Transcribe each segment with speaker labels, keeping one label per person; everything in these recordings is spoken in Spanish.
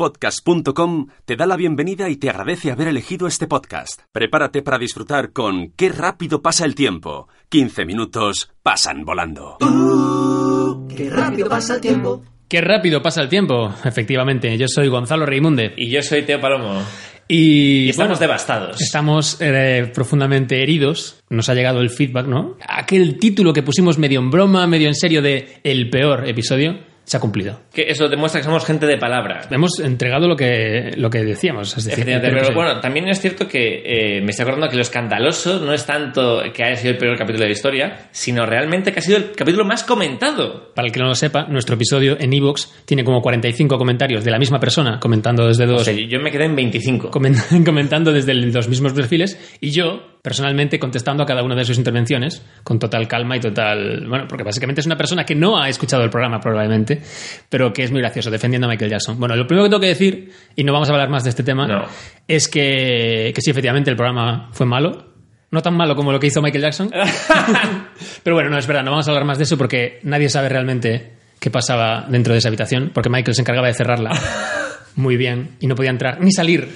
Speaker 1: Naciónpodcast.com te da la bienvenida y te agradece haber elegido este podcast. Prepárate para disfrutar con Qué rápido pasa el tiempo. 15 minutos pasan volando.
Speaker 2: Qué rápido pasa el tiempo.
Speaker 3: Qué rápido pasa el tiempo, efectivamente. Yo soy Gonzalo Reimúndez.
Speaker 4: Y yo soy Teo Palomo.
Speaker 3: Y,
Speaker 4: Y estamos
Speaker 3: bueno,
Speaker 4: devastados.
Speaker 3: Estamos eh, profundamente heridos. Nos ha llegado el feedback, ¿no? Aquel título que pusimos medio en broma, medio en serio de el peor episodio, se ha cumplido.
Speaker 4: Que eso demuestra que somos gente de palabra.
Speaker 3: Hemos entregado lo que, lo que decíamos. Es decir,
Speaker 4: Efectivamente,
Speaker 3: el peor
Speaker 4: pero
Speaker 3: episodio.
Speaker 4: bueno, también es cierto que eh, me estoy acordando que lo escandaloso no es tanto que haya sido el peor capítulo de la historia, sino realmente que ha sido el capítulo más comentado.
Speaker 3: para el que no lo sepa, nuestro episodio en Evox tiene como 45 comentarios de la misma persona comentando desde dos.
Speaker 4: O sea, yo me quedé en 25.
Speaker 3: comen- comentando desde el- los mismos perfiles y yo personalmente contestando a cada una de sus intervenciones con total calma y total bueno porque básicamente es una persona que no ha escuchado el programa probablemente pero que es muy gracioso defendiendo a Michael Jackson bueno lo primero que tengo que decir y no vamos a hablar más de este tema
Speaker 4: No.
Speaker 3: es que, que sí efectivamente el programa fue malo no tan malo como lo que hizo Michael Jackson pero bueno no es verdad no vamos a hablar más de eso porque nadie sabe realmente qué pasaba dentro de esa habitación porque Michael se encargaba de cerrarla muy bien y no podía entrar ni salir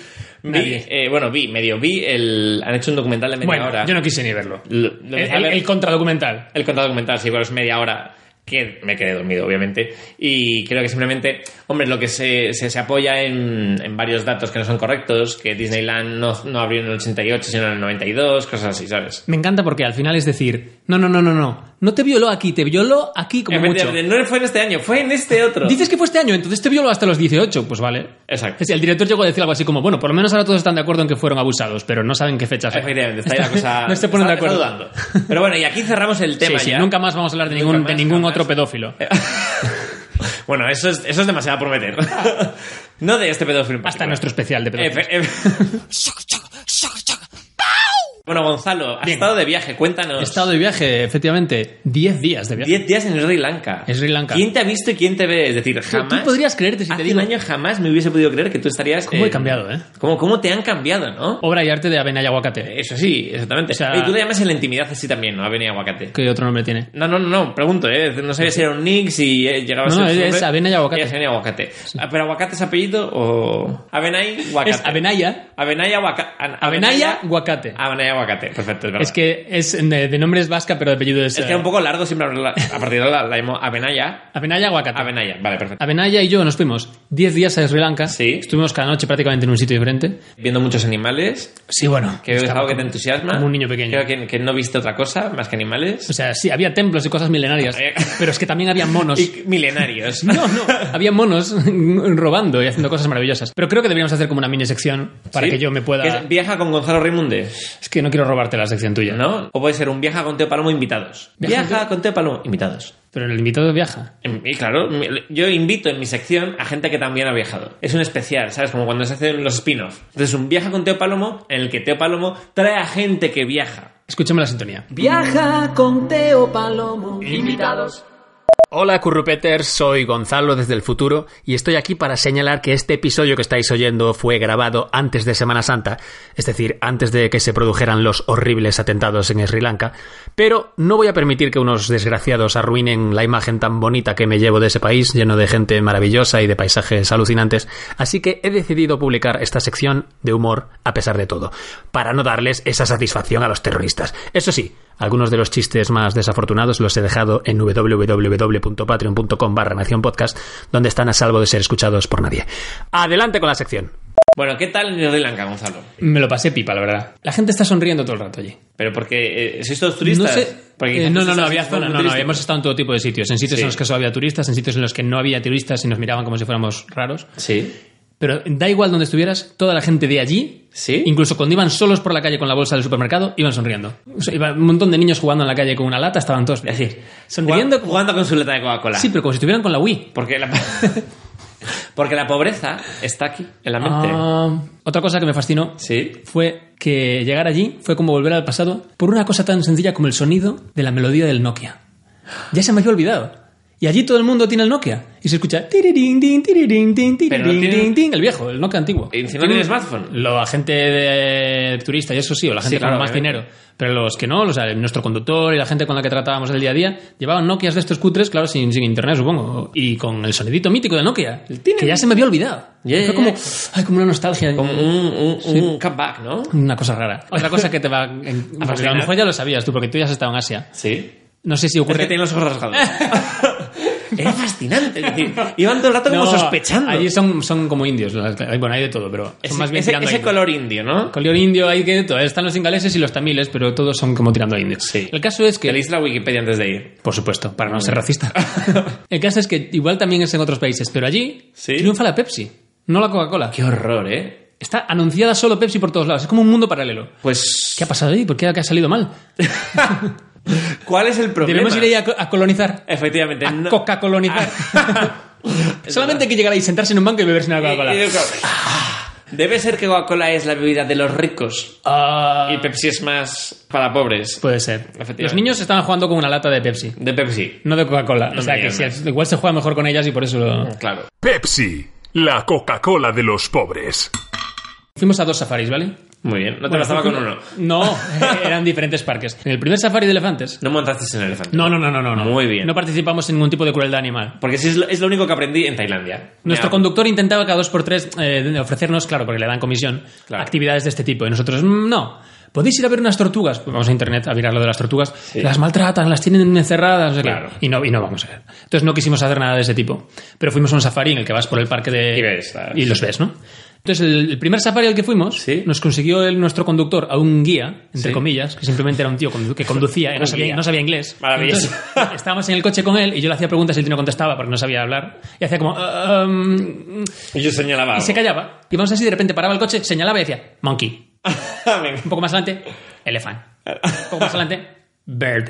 Speaker 4: Vi,
Speaker 3: nadie
Speaker 4: eh, bueno, vi, medio vi, el, han hecho un documental de media
Speaker 3: bueno,
Speaker 4: hora.
Speaker 3: yo no quise ni verlo.
Speaker 4: Lo- lo
Speaker 3: el,
Speaker 4: empecé a
Speaker 3: el-
Speaker 4: ver-
Speaker 3: el contradocumental.
Speaker 4: el contado documental, sí, bueno, es media hora que me quedé dormido, obviamente. Y creo que simplemente, hombre, lo que se, se, se apoya en, en varios datos que no son correctos, que Disneyland no, no abrió en el 88, sino en el 92, cosas así, ¿sabes?
Speaker 3: Me encanta porque al final es decir, no, no, no, no, no, no te violó aquí, te violó aquí como mucho.
Speaker 4: Efectivamente, No fue en este año, fue en este otro.
Speaker 3: Dices que fue este año, entonces te violó hasta los 18, pues vale.
Speaker 4: Exacto.
Speaker 3: Es- El director llegó a decir algo así como, bueno, por lo menos ahora todos están de acuerdo en que fueron abusados, pero no saben qué fecha fue.
Speaker 4: Efectivamente, está ahí la cosa.
Speaker 3: no se ponen
Speaker 4: está-
Speaker 3: de acuerdo.
Speaker 4: está dudando. Pero bueno, y aquí cerramos el
Speaker 3: Sí,
Speaker 4: tema
Speaker 3: sí,
Speaker 4: ya.
Speaker 3: nunca más vamos a hablar de
Speaker 4: Nunca
Speaker 3: ningún, de
Speaker 4: más,
Speaker 3: ningún
Speaker 4: jamás.
Speaker 3: otro pedófilo.
Speaker 4: bueno, eso es, eso es demasiado prometer. no de este pedófilo. en
Speaker 3: hasta
Speaker 4: particular.
Speaker 3: nuestro especial de pedófilos.
Speaker 4: Efe- efe- bueno, Gonzalo, has
Speaker 3: Bien.
Speaker 4: estado de viaje, cuéntanos.
Speaker 3: He estado de viaje, efectivamente, 10 días de viaje.
Speaker 4: 10 días en Sri Lanka.
Speaker 3: En Sri Lanka.
Speaker 4: ¿Quién te ha visto y quién te ve? Es decir,
Speaker 3: Tú-
Speaker 4: jamás.
Speaker 3: Tú podrías creerte si
Speaker 4: hace
Speaker 3: te digo.
Speaker 4: un año jamás me hubiese podido creer que tú estarías.
Speaker 3: ¿Cómo he cambiado, eh?
Speaker 4: ¿Cómo, cómo te han cambiado, no?
Speaker 3: Obra y arte de avena y aguacate.
Speaker 4: Eso sí, exactamente.
Speaker 3: O sea-
Speaker 4: Oye, tú le llamas en la intimidad así también, ¿no? Avena y aguacate.
Speaker 3: ¿Qué otro nombre tiene?
Speaker 4: No, no, no, no, pregunto, ¿eh? No sabía si era un Nick, si eh, llegaba
Speaker 3: No,
Speaker 4: a ser.
Speaker 3: no,
Speaker 4: su
Speaker 3: es
Speaker 4: nombre.
Speaker 3: avena y aguacate.
Speaker 4: Es avena y aguacate. Ah, ¿Pero aguacate es apellido o.? Avena y aguacate.
Speaker 3: Es Avenaya.
Speaker 4: Avena y aguacate.
Speaker 3: Avenaya, aguacate.
Speaker 4: Avena y aguacate, perfecto, es verdad.
Speaker 3: Es que es de, de nombre es vasca, pero de apellido es. eh,
Speaker 4: Es que era un poco largo siempre hablar- a partir de ahora la llamo Avenaya.
Speaker 3: Avenaya, aguacate.
Speaker 4: Avenaya, vale, perfecto.
Speaker 3: Avenaya y yo nos fuimos 10 días a Sri Lanka.
Speaker 4: Sí.
Speaker 3: Estuvimos cada noche prácticamente en un sitio diferente.
Speaker 4: Viendo muchos animales,
Speaker 3: Sí, bueno.
Speaker 4: que es
Speaker 3: estaba
Speaker 4: algo que te
Speaker 3: Ah. como-
Speaker 4: entusiasma.
Speaker 3: Como un niño pequeño.
Speaker 4: Creo que, que no viste otra cosa más que animales.
Speaker 3: O sea, sí, había templos y cosas milenarias.
Speaker 4: Eh.
Speaker 3: pero es que también había monos.
Speaker 4: Y milenarios.
Speaker 3: Pues, No, no. Había monos robando y haciendo cosas maravillosas. Pero creo que deberíamos hacer como una mini sección para
Speaker 4: ¿Sí?
Speaker 3: que yo me pueda.
Speaker 4: Que es Viaja con Gonzalo Raimunde,
Speaker 3: Es que no quiero robarte la sección tuya.
Speaker 4: ¿no? O puede ser un viaja con Teo Palomo invitados.
Speaker 3: Viaja
Speaker 4: Viaja,
Speaker 3: con
Speaker 4: con Teo Palomo invitados.
Speaker 3: Pero el invitado viaja.
Speaker 4: Em, Y claro, mi- yo invito en mi sección a gente que también ha viajado. Es un especial, ¿sabes? Como cuando se hacen los spin-off. Entonces, un viaja con Teo Palomo en el que Teo Palomo trae a gente que viaja.
Speaker 3: Escúchame la sintonía.
Speaker 2: Viaja con Teo Palomo. Invitados.
Speaker 3: Hola Currupeters, soy Gonzalo desde el futuro y estoy aquí para señalar que este episodio que estáis oyendo fue grabado antes de Semana Santa, es decir, antes de que se produjeran los horribles atentados en Sri Lanka, pero no voy a permitir que unos desgraciados arruinen la imagen tan bonita que me llevo de ese país, lleno de gente maravillosa y de paisajes alucinantes, así que he decidido publicar esta sección de humor a pesar de todo, para no darles esa satisfacción a los terroristas. Eso sí, algunos de los chistes más desafortunados los he dejado en www.patreon.com barra Nación Podcast, donde están a salvo de ser escuchados por nadie. Adelante con la sección.
Speaker 4: Bueno, ¿qué tal en Sri Lanka, Gonzalo?
Speaker 3: Me lo pasé pipa, la verdad. La gente está sonriendo todo el rato allí.
Speaker 4: Pero porque eh, sois todos turistas. Porque quizás
Speaker 3: Eh, no,
Speaker 4: tú
Speaker 3: no, no,
Speaker 4: estás
Speaker 3: había
Speaker 4: en un
Speaker 3: zona, no,
Speaker 4: lugar
Speaker 3: no,
Speaker 4: turístico.
Speaker 3: habíamos estado en todo tipo de sitios, en sitios
Speaker 4: Sí.
Speaker 3: en los que solo había turistas, en sitios en los que no había turistas y nos miraban como si fuéramos raros.
Speaker 4: Sí.
Speaker 3: Pero da igual donde estuvieras, toda la gente de allí,
Speaker 4: ¿Sí?
Speaker 3: incluso cuando iban solos por la calle con la bolsa del supermercado, iban sonriendo. O sea, iba un montón de niños jugando en la calle con una lata, estaban todos
Speaker 4: Es decir,
Speaker 3: así, sonriendo.
Speaker 4: jugando, jugando con su lata de Coca-Cola.
Speaker 3: Sí, pero como si estuvieran con la Wii.
Speaker 4: Porque la, porque la pobreza está aquí, en la mente.
Speaker 3: Ah, otra cosa que me fascinó
Speaker 4: Sí.
Speaker 3: fue que llegar allí fue como volver al pasado por una cosa tan sencilla como el sonido de la melodía del Nokia. Ya se me había olvidado. Y allí todo el mundo tiene el Nokia. Y se escucha. tiririn, tin, tiririn, tin,
Speaker 4: Pero no
Speaker 3: tiririn,
Speaker 4: tiene-
Speaker 3: tin, tin, el viejo, el Nokia antiguo.
Speaker 4: Y encima
Speaker 3: Tiene
Speaker 4: tiene
Speaker 3: un-
Speaker 4: smartphone.
Speaker 3: Lo, la gente de turista y eso sí, o la gente
Speaker 4: Sí, claro, eh.
Speaker 3: con más
Speaker 4: obviamente.
Speaker 3: dinero. Pero los que no, o sea, nuestro conductor y la gente con la que tratábamos el día a día, llevaban Nokias de estos cutres, claro, sin, sin internet, supongo. Y con el sonidito mítico de Nokia, que ya se me había olvidado.
Speaker 4: Ya, ya,
Speaker 3: Fue como,
Speaker 4: ya.
Speaker 3: ay, como una nostalgia.
Speaker 4: Como un, un, un comeback, ¿no?
Speaker 3: Una cosa rara. Otra cosa que te va... en- porque a
Speaker 4: fascinar.
Speaker 3: lo mejor ya lo sabías tú, porque tú ya has estado en Asia.
Speaker 4: Sí.
Speaker 3: No sé si
Speaker 4: Es que
Speaker 3: ocurre...
Speaker 4: tenía los ojos rasgados. Era fascinante. Es decir, iban todo el rato como
Speaker 3: No,
Speaker 4: sospechando.
Speaker 3: Allí son, son como indios. las- Bueno, hay de todo, pero son
Speaker 4: Ese,
Speaker 3: más bien
Speaker 4: ese-
Speaker 3: tirando a
Speaker 4: ese
Speaker 3: indios.
Speaker 4: color indio, ¿no?
Speaker 3: Color indio, hay que de todo. Están los singaleses y los tamiles, pero todos son como tirando a indios.
Speaker 4: Sí.
Speaker 3: El caso es
Speaker 4: Que
Speaker 3: que...
Speaker 4: leíste la Wikipedia antes de ir.
Speaker 3: Por supuesto, para no
Speaker 4: Mm.
Speaker 3: ser racista. El caso es que igual también es en otros países, pero allí
Speaker 4: Sí.
Speaker 3: triunfa la Pepsi, no la Coca-Cola.
Speaker 4: Qué horror, ¿eh?
Speaker 3: Está anunciada solo Pepsi por todos lados. Es como un mundo paralelo.
Speaker 4: Pues,
Speaker 3: ¿Qué ha pasado ahí? ¿Por qué ha salido mal?
Speaker 4: ¿cuál es el problema?
Speaker 3: Debemos ir ahí a, co- a colonizar.
Speaker 4: Efectivamente.
Speaker 3: A
Speaker 4: Eh, no- Ah.
Speaker 3: Coca-colonizar. Solamente hay que llegar ahí, sentarse en un banco y beberse una Coca-Cola.
Speaker 4: Y- y- Debe ser que Coca-Cola es la bebida de los ricos
Speaker 3: Ah,
Speaker 4: y Pepsi es más para pobres.
Speaker 3: puede ser.
Speaker 4: Efectivamente.
Speaker 3: Los niños estaban jugando con una lata de Pepsi,
Speaker 4: De Pepsi.
Speaker 3: no de Coca-Cola.
Speaker 4: No
Speaker 3: o sea
Speaker 4: me Mm.
Speaker 3: que
Speaker 4: llames.
Speaker 3: sí, igual se juega mejor con ellas y por eso... lo-
Speaker 4: Claro.
Speaker 5: Pepsi, la Coca-Cola de los pobres.
Speaker 3: Fuimos a dos safaris, ¿vale?
Speaker 4: Muy bien. No te
Speaker 3: Bueno,
Speaker 4: bastaba
Speaker 3: fue
Speaker 4: con uno.
Speaker 3: No, eran diferentes parques. En el primer safari de elefantes.
Speaker 4: No montaste en el elefante.
Speaker 3: No, no, no, no, no. no.
Speaker 4: Muy bien.
Speaker 3: No participamos en ningún tipo de crueldad animal.
Speaker 4: Porque sí es lo, es lo único que aprendí en Tailandia.
Speaker 3: Nuestro
Speaker 4: Me-
Speaker 3: conductor intentaba cada dos por tres eh, ofrecernos, claro, porque le dan comisión,
Speaker 4: Claro.
Speaker 3: actividades de este tipo. Y nosotros, "Mm, no. Podéis ir a ver unas tortugas. Pues Vamos a internet a mirar lo de las tortugas. Las maltratan, las tienen encerradas. no sé qué.
Speaker 4: Claro.
Speaker 3: Y, no, y no vamos a ver. Entonces no quisimos hacer nada de ese tipo. Pero fuimos a un safari en el que vas por el parque de.
Speaker 4: Y ves, claro.
Speaker 3: y los ves, ¿no? Entonces el, el primer safari al que fuimos
Speaker 4: Sí.
Speaker 3: nos consiguió el- nuestro conductor a un guía, entre
Speaker 4: Sí.
Speaker 3: comillas, que simplemente era un tío condu- que conducía y no
Speaker 4: Un
Speaker 3: sabía,
Speaker 4: guía.
Speaker 3: no sabía inglés.
Speaker 4: Maravilloso.
Speaker 3: Entonces, estábamos en el coche con él y yo le hacía preguntas y el tío no contestaba porque no sabía hablar. Y hacía como... "Ah, um, mm",
Speaker 4: Y yo señalaba.
Speaker 3: y se
Speaker 4: algo.
Speaker 3: callaba. Y vamos así, de repente paraba el coche, señalaba y decía, monkey.
Speaker 4: Venga.
Speaker 3: Un poco más adelante, elephant. Un poco más adelante, bird.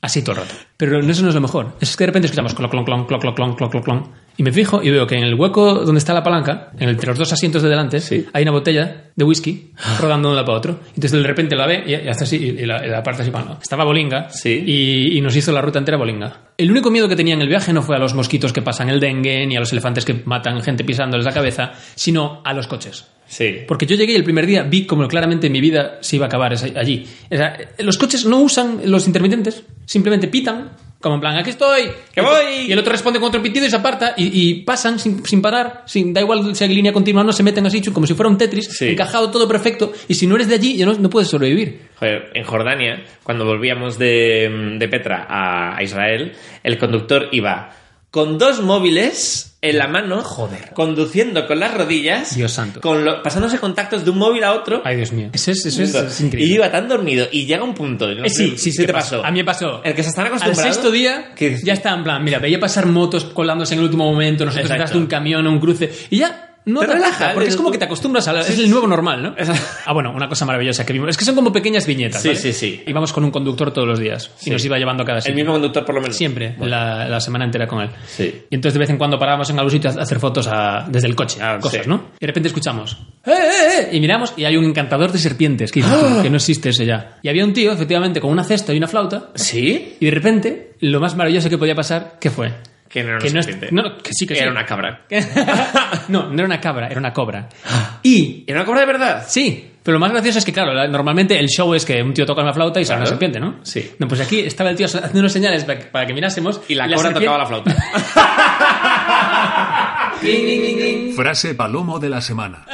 Speaker 3: Así todo el rato. Pero no- eso no es lo mejor. Es que de repente escuchamos clon, clon, clon, clon, clon, clon, clon, clon, clon. Y me fijo y veo que en el hueco donde está la palanca, en el- entre los dos asientos de delante, hay una botella de whisky rodando de un lado para otro. Entonces de repente la ve y, y hace así y, y la, y la parte así para un lado. Estaba Bolinga
Speaker 4: Sí.
Speaker 3: y, y nos hizo la ruta entera Bolinga. El único miedo que tenía en el viaje no fue a los mosquitos que pasan el dengue ni a los elefantes que matan gente pisándoles la cabeza, sino a los coches.
Speaker 4: Sí.
Speaker 3: Porque yo llegué y el primer día vi como claramente mi vida se iba a acabar esa- allí. O sea, los coches no usan los intermitentes, simplemente pitan, como en plan, aquí estoy,
Speaker 4: ¡Que voy!
Speaker 3: Y el otro responde con otro pitido y se aparta y, y pasan sin, sin parar, sin, da igual si hay línea continua o no, se meten así chu, como si fuera un Tetris,
Speaker 4: Sí.
Speaker 3: encajado todo perfecto. Y si no eres de allí, ya no, no puedes sobrevivir.
Speaker 4: Joder, en Jordania, cuando volvíamos de, de Petra a, a Israel, el conductor iba con dos móviles en la mano,
Speaker 3: Joder.
Speaker 4: conduciendo con las rodillas,
Speaker 3: Dios santo.
Speaker 4: con lo- pasándose contactos de un móvil a otro.
Speaker 3: Ay, Dios mío. Eso es, eso es,
Speaker 4: Punto.
Speaker 3: es increíble.
Speaker 4: Y iba tan dormido y llega un punto. no
Speaker 3: Eh,
Speaker 4: sé
Speaker 3: sí, sí, sí,
Speaker 4: qué
Speaker 3: te pasó. A mí me pasó.
Speaker 4: El que se están
Speaker 3: Al
Speaker 4: acostumbrados.
Speaker 3: sexto día
Speaker 4: ¿Qué dices?
Speaker 3: ya está en plan, mira, veía pasar motos colándose en el último momento, nosotros
Speaker 4: Exacto.
Speaker 3: detrás de un camión o un cruce y ya no
Speaker 4: Te
Speaker 3: te,
Speaker 4: relaja,
Speaker 3: relaja, porque
Speaker 4: dices
Speaker 3: es como
Speaker 4: tú.
Speaker 3: que te acostumbras a la- es
Speaker 4: Sí,
Speaker 3: el
Speaker 4: sí.
Speaker 3: nuevo normal, ¿no?
Speaker 4: Exacto.
Speaker 3: Ah, bueno, una cosa maravillosa que vimos, es que son como pequeñas viñetas,
Speaker 4: Sí,
Speaker 3: ¿vale?
Speaker 4: sí, sí.
Speaker 3: Íbamos con un conductor todos los días y nos iba llevando a cada
Speaker 4: El
Speaker 3: sitio.
Speaker 4: mismo conductor, por lo menos.
Speaker 3: Siempre,
Speaker 4: Bueno,
Speaker 3: la, la semana entera con él.
Speaker 4: Sí.
Speaker 3: Y entonces de vez en cuando parábamos en algún sitio a hacer fotos a- desde el coche, a
Speaker 4: Ah,
Speaker 3: cosas,
Speaker 4: sí.
Speaker 3: ¿no? Y de repente escuchamos, ¡eh, eh, eh! Y miramos y hay un encantador de serpientes que, dices
Speaker 4: ¡Ah!
Speaker 3: tú, que no existe ese ya. Y había un tío, efectivamente, con una cesta y una flauta.
Speaker 4: ¿Sí?
Speaker 3: Y de repente, lo más maravilloso que podía pasar, ¿qué fue?
Speaker 4: Que no era una
Speaker 3: que no es-
Speaker 4: serpiente.
Speaker 3: no, no, que sí, que sí.
Speaker 4: Era una cabra. Ah.
Speaker 3: no, no era una cabra, era una cobra. Y
Speaker 4: ¿Era una cabra de verdad?
Speaker 3: sí, pero lo más gracioso es que, claro, la- normalmente el show es que un tío toca una flauta y sale
Speaker 4: Claro.
Speaker 3: una serpiente, ¿no?
Speaker 4: Sí.
Speaker 3: No, pues aquí estaba el tío haciendo unas señales para que, para que mirásemos.
Speaker 4: Y la cobra
Speaker 3: serpiente-
Speaker 4: tocaba la flauta.
Speaker 5: Frase palomo de la semana.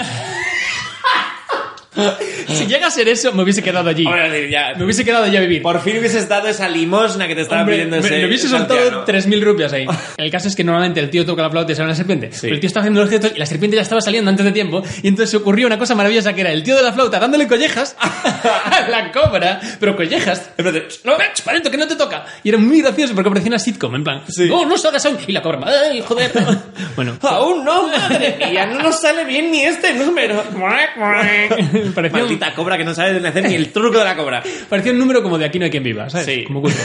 Speaker 3: Si llega a ser eso, me hubiese quedado allí.
Speaker 4: Ahora decir, ya.
Speaker 3: Me hubiese quedado allí a vivir.
Speaker 4: Por fin hubieses dado esa limosna que te estaba
Speaker 3: Hombre,
Speaker 4: pidiendo
Speaker 3: me,
Speaker 4: ese.
Speaker 3: me hubiese
Speaker 4: ese
Speaker 3: soltado
Speaker 4: anciano.
Speaker 3: 3.000 rupias ahí. El caso es que normalmente el tío toca la flauta y sale una serpiente. Pero el tío está haciendo los gestos y la serpiente ya estaba saliendo antes de tiempo. Y entonces ocurrió una cosa maravillosa que era el tío de la flauta dándole collejas a la cobra, pero collejas. En plan de, No, ven, para adentro, que no te toca. Y era muy gracioso porque parecía una sitcom. En plan, oh, no salgas aún. Y la cobra, ay, joder. bueno,
Speaker 4: Aún Oh, no, madre mía, no nos sale bien ni este número.
Speaker 3: parecía un,
Speaker 4: Maldita cobra que no sabe hacer ni el truco de la cobra.
Speaker 3: parecía un número como de aquí no hay quien viva, ¿sabes?
Speaker 4: Sí.
Speaker 3: Como culto.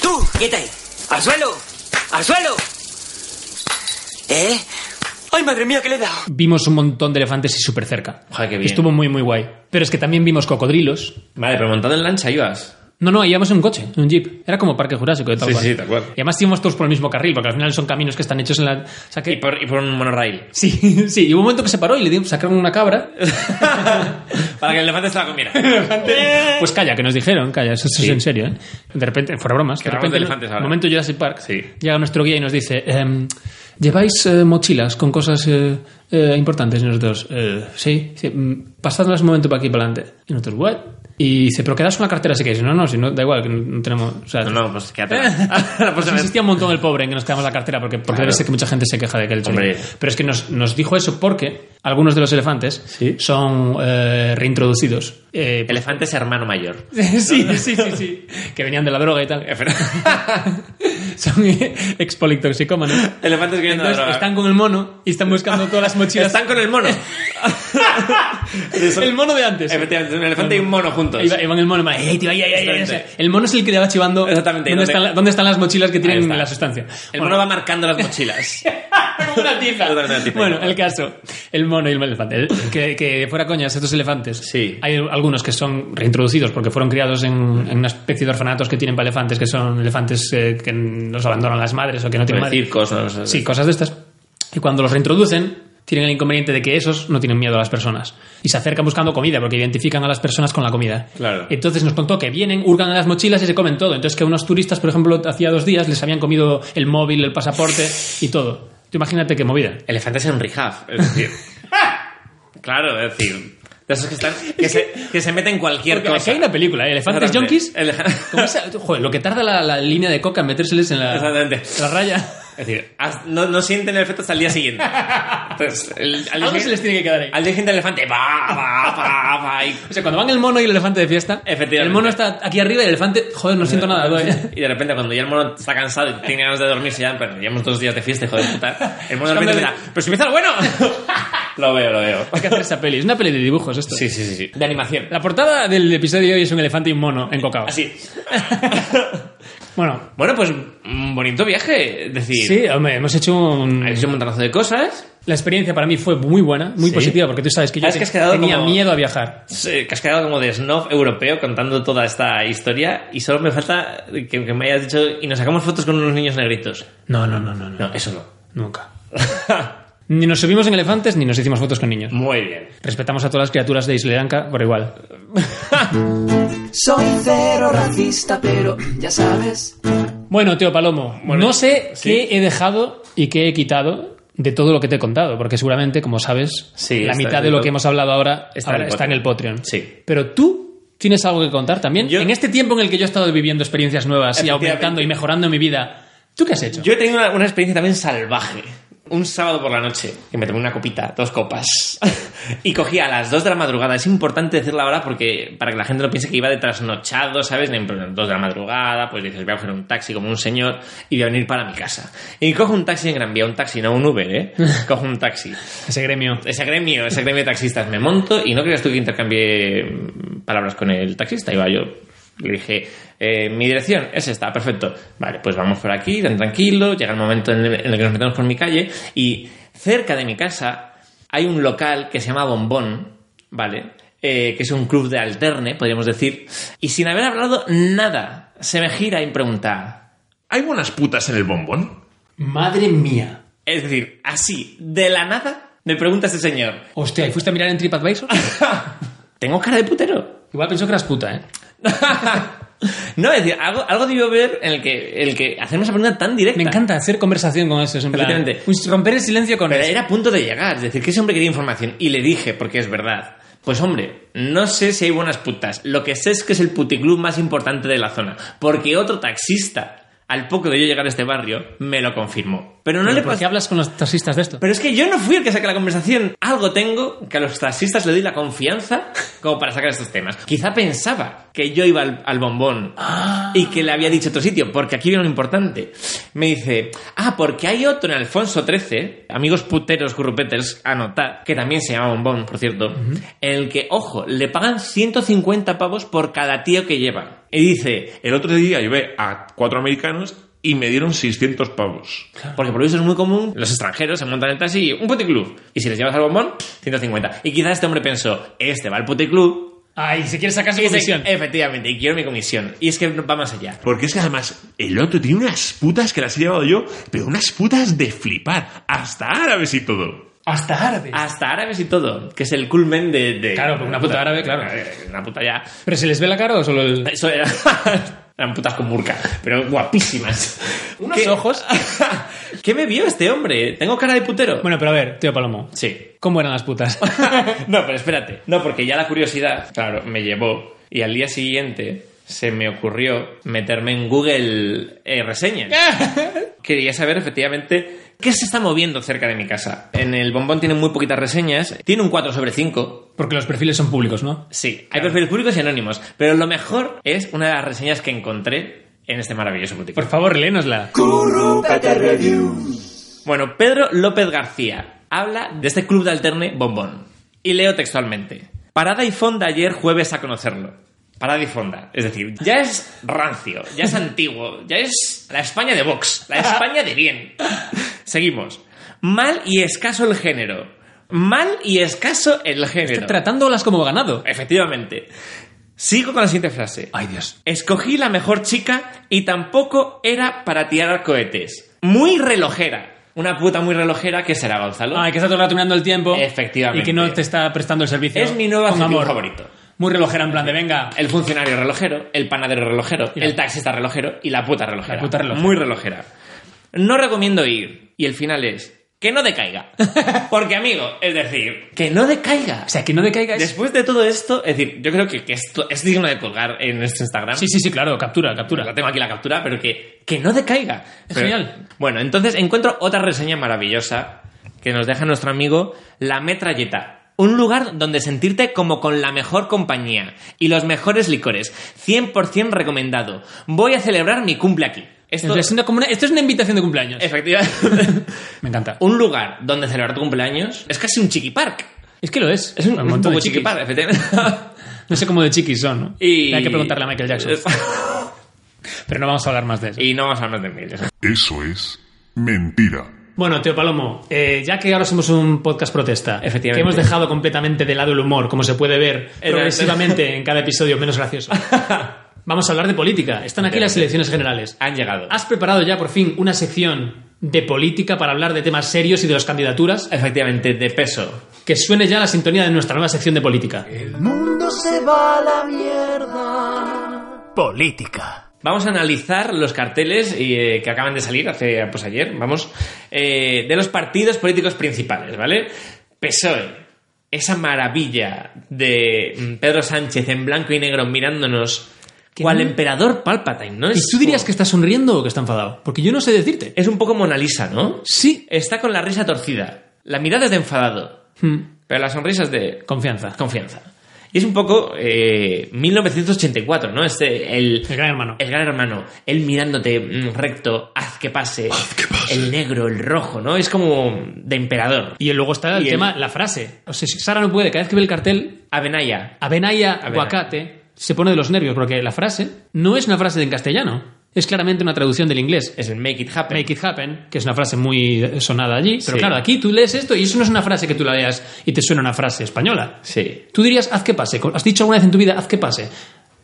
Speaker 6: ¡Tú! ¡Quieta ahí! ¡Al suelo! ¡Al suelo! ¿Eh? ¡Ay, madre mía, qué le he dado!
Speaker 3: Vimos un montón de elefantes y súper cerca.
Speaker 4: Joder, qué bien.
Speaker 3: Estuvo muy, muy guay. Pero es que también vimos cocodrilos.
Speaker 4: Vale, pero montado en lancha ibas.
Speaker 3: No, no, íbamos en un coche, en un jeep. Era como Parque Jurásico, de tal
Speaker 4: Sí,
Speaker 3: cual.
Speaker 4: sí, tal cual.
Speaker 3: Y además íbamos todos por el mismo carril, porque al final son caminos que están hechos en la... o sea que-
Speaker 4: Y por, y por un monorail.
Speaker 3: Sí, sí. Y hubo un momento que se paró y le dio, sacaron una cabra.
Speaker 4: Para que el elefante se la comiera. Eh.
Speaker 3: Pues calla, que nos dijeron, calla, eso, eso
Speaker 4: Sí.
Speaker 3: es en serio, ¿eh? De repente, fuera bromas, de
Speaker 4: Que hablamos
Speaker 3: repente,
Speaker 4: de
Speaker 3: en
Speaker 4: elefantes
Speaker 3: un
Speaker 4: ahora.
Speaker 3: momento Jurassic Park,
Speaker 4: Sí.
Speaker 3: llega nuestro guía y nos dice, ehm, ¿lleváis eh, mochilas con cosas eh, eh, importantes? Y nosotros, "Eh, sí, sí mm, pasadlas un momento para aquí, para adelante. Y nosotros, ¿what? Y dice, pero quedas una cartera si queréis. Y No, no, si no, da igual, que no, no tenemos... o sea,
Speaker 4: No, no, pues quédate. La
Speaker 3: pues
Speaker 4: próxima vez.
Speaker 3: insistía un montón el pobre en que nos quedamos la cartera porque, porque
Speaker 4: Claro.
Speaker 3: debe ser que mucha gente se queja de que el
Speaker 4: Hombre.
Speaker 3: chorizo. Pero es que nos, nos dijo eso porque algunos de los elefantes
Speaker 4: Sí.
Speaker 3: son eh, reintroducidos. Eh, pues-
Speaker 4: Elefante es hermano mayor.
Speaker 3: sí, sí, sí, sí. Que venían de la droga y tal. Son eh, expolitoxicómanos.
Speaker 4: Elefantes que vienen de la
Speaker 3: Entonces
Speaker 4: droga.
Speaker 3: están con el mono y están buscando todas las mochilas.
Speaker 4: Están con el mono.
Speaker 3: el mono de antes.
Speaker 4: Efectivamente, un elefante y un mono juntos.
Speaker 3: Ahí va- ahí van el mono. en plan, "Ey, tío, ahí, ahí, ahí, ahí".
Speaker 4: Exactamente.
Speaker 3: El mono es el que le va chivando.
Speaker 4: Exactamente,
Speaker 3: ¿Dónde,
Speaker 4: ¿dónde-
Speaker 3: están, la- dónde están las mochilas que tienen
Speaker 4: está.
Speaker 3: la sustancia?
Speaker 4: El
Speaker 3: Bueno,
Speaker 4: mono va marcando las mochilas.
Speaker 3: Como una tiza.
Speaker 4: Totalmente una tiza.
Speaker 3: Bueno, el caso. El mono y el elefante. El- que, que fuera coñas, estos elefantes.
Speaker 4: Sí.
Speaker 3: Hay algunos que son reintroducidos porque fueron criados en, en una especie de orfanatos que tienen para elefantes, que son elefantes eh, que los abandonan las madres o que no tienen
Speaker 4: Como
Speaker 3: madre.
Speaker 4: circos, ¿no? O sea,
Speaker 3: Sí, cosas de estas. Y cuando los reintroducen, tienen el inconveniente de que esos no tienen miedo a las personas. Y se acercan buscando comida, porque identifican a las personas con la comida.
Speaker 4: Claro.
Speaker 3: Entonces nos contó que vienen, hurgan en las mochilas y se comen todo. Entonces que a unos turistas, por ejemplo, hacía dos días les habían comido el móvil, el pasaporte y todo. Tú imagínate qué movida.
Speaker 4: Elefantes en Rijaf, es decir. claro, es decir. De esos que están. Que, se, que se meten en cualquier
Speaker 3: Porque aquí
Speaker 4: cosa.
Speaker 3: hay una película, ¿eh? Elefantes
Speaker 4: Exactamente.
Speaker 3: Junkies.
Speaker 4: Ele-
Speaker 3: Como esa- joder, lo que tarda la, la línea de coca en metérseles en la,
Speaker 4: Exactamente.
Speaker 3: la raya.
Speaker 4: Es decir, has- no, no sienten el efecto hasta el día siguiente. Entonces, el- al, día
Speaker 3: Algo se les
Speaker 4: siguiente,
Speaker 3: tiene que quedar ahí.
Speaker 4: al día siguiente el elefante va, va, va, va. Y,
Speaker 3: O sea, cuando van el mono y el elefante de fiesta,
Speaker 4: Efectivamente.
Speaker 3: el mono está aquí arriba y el elefante, joder, no siento nada. doy.
Speaker 4: y de repente, cuando ya el mono está cansado y tiene ganas de dormirse, ya pero llevamos dos días de fiesta, hijo de puta. El mono de
Speaker 3: Escándalo.
Speaker 4: repente empieza, pero si empieza lo bueno. lo veo, lo veo.
Speaker 3: Hay que hacer esa peli. Es una peli de dibujos esto.
Speaker 4: Sí, sí, sí, sí. De animación.
Speaker 3: La portada del episodio de hoy es un elefante y un mono en cocao.
Speaker 4: Así.
Speaker 3: Bueno,
Speaker 4: Bueno, pues un bonito viaje. Es decir,
Speaker 3: sí, hombre, hemos hecho un...
Speaker 4: habéis hecho un montonazo de cosas.
Speaker 3: La experiencia para mí fue muy buena, muy
Speaker 4: Sí.
Speaker 3: positiva, porque tú sabes que yo
Speaker 4: Sabes que
Speaker 3: te-
Speaker 4: has quedado
Speaker 3: tenía
Speaker 4: como-
Speaker 3: miedo a viajar.
Speaker 4: Sí, Que has quedado como de snob europeo contando toda esta historia. Y solo me falta que, que me hayas dicho. Y nos sacamos fotos con unos niños negritos.
Speaker 3: No, no, no, no, no.
Speaker 4: No, eso no.
Speaker 3: Nunca. ni nos subimos en elefantes ni nos hicimos fotos con niños.
Speaker 4: Muy bien.
Speaker 3: Respetamos a todas las criaturas de Sri Lanka por igual.
Speaker 2: Soy cero racista, pero ya sabes.
Speaker 3: Bueno, Teo Palomo, no sé qué he dejado y qué he quitado de todo lo que te he contado, porque seguramente, como sabes,
Speaker 4: Sí,
Speaker 3: la
Speaker 4: está
Speaker 3: mitad
Speaker 4: en
Speaker 3: de
Speaker 4: el
Speaker 3: lo
Speaker 4: Patreon.
Speaker 3: que hemos hablado ahora
Speaker 4: Está
Speaker 3: está,
Speaker 4: en
Speaker 3: ahora
Speaker 4: el
Speaker 3: está en el
Speaker 4: Patreon.
Speaker 3: Patreon.
Speaker 4: Sí.
Speaker 3: Pero tú tienes algo que contar también.
Speaker 4: Yo-
Speaker 3: En este tiempo en el que yo he estado viviendo experiencias nuevas y
Speaker 4: Efectivamente.
Speaker 3: aumentando y mejorando mi vida, ¿tú qué has hecho?
Speaker 4: Yo he tenido una, una experiencia también salvaje. Un sábado por la noche, que me tomé una copita, dos copas, y cogí a las 2 de la madrugada. Es importante decir la hora porque para que la gente no piense que iba de trasnochado, ¿sabes? En plan, 2 de la madrugada, pues dices, voy a coger un taxi como un señor y voy a venir para mi casa. Y cojo un taxi en Gran Vía, un taxi, no un Uber, ¿eh? Cojo un taxi.
Speaker 3: Ese gremio.
Speaker 4: Ese gremio, ese gremio de taxistas me monto y no creas tú que intercambié mm, palabras con el taxista. Iba yo, le dije, eh, mi dirección es esta, perfecto. Vale, pues vamos por aquí, tan tranquilo. Llega el momento en el, en el que nos metemos por mi calle y cerca de mi casa hay un local que se llama Bombón, ¿vale? Eh, que es un club de alterne, podríamos decir. Y sin haber hablado nada, se me gira y me pregunta,
Speaker 5: ¿Hay buenas putas en el bombón?
Speaker 3: Madre mía.
Speaker 4: es decir, así, de la nada, me pregunta este señor,
Speaker 3: Hostia, ¿y fuiste a mirar en TripAdvisor?
Speaker 4: ¿tengo cara de putero?
Speaker 3: Igual pensó que eras puta, ¿eh?
Speaker 4: no, es decir, algo, algo debió ver en el que, el que hacerme esa pregunta tan directa.
Speaker 3: Me encanta hacer conversación con eso, en plan,
Speaker 4: Efectivamente.
Speaker 3: un- romper el silencio con
Speaker 4: Pero
Speaker 3: eso.
Speaker 4: era a punto de llegar, es decir, que ese hombre quería información y le dije, porque es verdad. Pues hombre, no sé si hay buenas putas. Lo que sé es que es el puticlub más importante de la zona. Porque otro taxista, al poco de yo llegar a este barrio, me lo confirmó. Pero no
Speaker 3: Pero
Speaker 4: le
Speaker 3: ¿Por
Speaker 4: pasé
Speaker 3: qué hablas con los taxistas de esto?
Speaker 4: Pero es que yo no fui el que saqué la conversación. Algo tengo que a los taxistas le doy la confianza como para sacar estos temas. Quizá pensaba que yo iba al, al bombón y que le había dicho otro sitio, porque aquí viene lo importante. Me dice, ah, porque hay otro en Alfonso XIII, amigos puteros, currupeters, anotar, que también se llama bombón, por cierto, en el que, ojo, le pagan 150 pavos por cada tío que lleva.
Speaker 7: Y dice, el otro día llevé a cuatro americanos y me dieron 600 pavos.
Speaker 4: Porque por eso es muy común, los extranjeros se montan en el taxi, un puticlub. Y si les llevas al bombón, 150. Y quizás este hombre pensó, este va al puticlub,
Speaker 3: Ay, se quiere sacar su
Speaker 4: Y dice,
Speaker 3: comisión.
Speaker 4: Efectivamente, y quiero mi comisión. Y es que va más allá.
Speaker 7: Porque es que además el otro tiene unas putas que las he llevado yo, pero unas putas de flipar, hasta árabes y todo.
Speaker 3: Hasta árabe.
Speaker 4: Hasta árabes y todo, que es el culmen de. de-
Speaker 3: Claro, porque una puta árabe, claro.
Speaker 4: Eh, Una puta ya.
Speaker 3: ¿Pero se les ve la cara o solo el...?
Speaker 4: Eso era. Eran putas con burka, pero guapísimas.
Speaker 3: Unos ojos.
Speaker 4: ¿Qué me vio este hombre? ¿Tengo cara de putero?
Speaker 3: Bueno, pero a ver, tío Palomo.
Speaker 4: sí.
Speaker 3: ¿Cómo eran las putas?
Speaker 4: no, pero espérate. No, porque ya la curiosidad, claro, me llevó. Y al día siguiente se me ocurrió meterme en Google eh, reseñas. Quería saber efectivamente qué se está moviendo cerca de mi casa. En el bombón tiene muy poquitas reseñas. Tiene un 4 sobre 5.
Speaker 3: Porque los perfiles son públicos, ¿no?
Speaker 4: Sí, hay perfiles públicos y anónimos. Pero lo mejor es una de las reseñas que encontré en este maravilloso boutique.
Speaker 3: Por favor, léenosla.
Speaker 4: Bueno, Pedro López García habla de este club de alterne bombón. Y leo textualmente. Parada y fonda ayer jueves a conocerlo. Parada y fonda. Es decir, ya es rancio, ya es antiguo, ya es la España de Vox, la España de bien. Seguimos. Mal y escaso el género. Mal y escaso el género.
Speaker 3: Está tratándolas como ganado.
Speaker 4: Efectivamente. Sigo con la siguiente frase.
Speaker 3: Ay, Dios.
Speaker 4: Escogí la mejor chica y tampoco era para tirar cohetes. Muy relojera. Una puta muy relojera que será Gonzalo.
Speaker 3: Ay, Ah, que está todo el rato mirando el tiempo.
Speaker 4: Efectivamente.
Speaker 3: Y que no te está prestando el servicio.
Speaker 4: Es mi nuevo
Speaker 3: con
Speaker 4: adjetivo
Speaker 3: amor.
Speaker 4: favorito.
Speaker 3: Muy relojera, en plan de venga.
Speaker 4: El funcionario relojero, el panadero relojero,
Speaker 3: Y la-
Speaker 4: el taxista relojero y la puta relojera.
Speaker 3: La puta relojera.
Speaker 4: Muy relojera. No recomiendo ir. Y el final es que no decaiga. Porque, amigo, es decir, que no decaiga.
Speaker 3: O sea, que no te caigas.
Speaker 4: Después de todo esto, es decir, yo creo que, que esto es digno de colgar en nuestro Instagram.
Speaker 3: Sí, sí, sí, claro, captura,
Speaker 4: Pues La
Speaker 3: captura.
Speaker 4: tengo aquí la captura, pero que, que no decaiga.
Speaker 3: Es
Speaker 4: Pero-
Speaker 3: genial.
Speaker 4: Bueno, entonces encuentro otra reseña maravillosa que nos deja nuestro amigo La Metralleta. Un lugar donde sentirte como con la mejor compañía y los mejores licores. 100% recomendado. Voy a celebrar mi cumple aquí. Esto,
Speaker 3: Esto es, una, como una- esto es una invitación de cumpleaños.
Speaker 4: efectivamente,
Speaker 3: Me encanta.
Speaker 4: un lugar donde celebrar tu cumpleaños es casi un chiqui park.
Speaker 3: Es que lo es.
Speaker 4: Es un, un
Speaker 3: montón
Speaker 4: poco
Speaker 3: de
Speaker 4: chiqui
Speaker 3: chiquis.
Speaker 4: park, efectivamente.
Speaker 3: No sé cómo de chiquis son, ¿no?
Speaker 4: Y-
Speaker 3: Hay que preguntarle a Michael Jackson. Pero no vamos a hablar más de eso.
Speaker 4: y no vamos a hablar de miles.
Speaker 5: Eso es mentira.
Speaker 3: Bueno, Teo Palomo, eh, ya que ahora somos un podcast protesta,
Speaker 4: Efectivamente.
Speaker 3: que hemos dejado completamente de lado el humor, como se puede ver progresivamente en cada episodio menos gracioso, vamos a hablar de política. Están aquí las elecciones generales.
Speaker 4: Han llegado.
Speaker 3: ¿Has preparado ya por fin una sección de política para hablar de temas serios y de las candidaturas?
Speaker 4: Efectivamente, de peso.
Speaker 3: Que suene ya la sintonía de nuestra nueva sección de política.
Speaker 8: Política.
Speaker 4: Vamos a analizar los carteles y, eh, que acaban de salir hace pues ayer, vamos, eh, de los partidos políticos principales, ¿vale? PSOE, E, esa maravilla de mm, Pedro Sánchez en blanco y negro mirándonos,
Speaker 3: Que
Speaker 4: cual
Speaker 3: no-
Speaker 4: emperador Palpatine, ¿no?
Speaker 3: ¿Y
Speaker 4: Es
Speaker 3: tú dirías
Speaker 4: como-
Speaker 3: que está sonriendo o que está enfadado? Porque yo no sé decirte.
Speaker 4: es un poco Mona Lisa, ¿no?
Speaker 3: Sí.
Speaker 4: Está con la risa torcida, la mirada es de enfadado,
Speaker 3: Hmm,
Speaker 4: pero la sonrisa es de
Speaker 3: Confianza.
Speaker 4: confianza. Y es un poco eh, 1984, ¿no? Este, el,
Speaker 3: El gran hermano.
Speaker 4: el gran hermano, él mirándote mm, recto, haz que, pase, el negro, el rojo, ¿no? Es como de emperador. Y
Speaker 3: Y luego está el
Speaker 4: Y el-
Speaker 3: tema, la frase. O sea, si Sara no puede, cada vez que ve el cartel,
Speaker 4: Avenaya,
Speaker 3: Avenaya,
Speaker 4: Avenaya.
Speaker 3: aguacate, se pone de los nervios porque la frase no es una frase en castellano. Es claramente una traducción del inglés.
Speaker 4: es el make it happen.
Speaker 3: Make it happen, que es una frase muy sonada allí. Pero
Speaker 4: Sí.
Speaker 3: claro, aquí tú lees esto y eso no es una frase que tú la leas y te suena una frase española.
Speaker 4: Sí.
Speaker 3: Tú dirías, haz que pase. ¿Has dicho alguna vez en tu vida, haz que pase?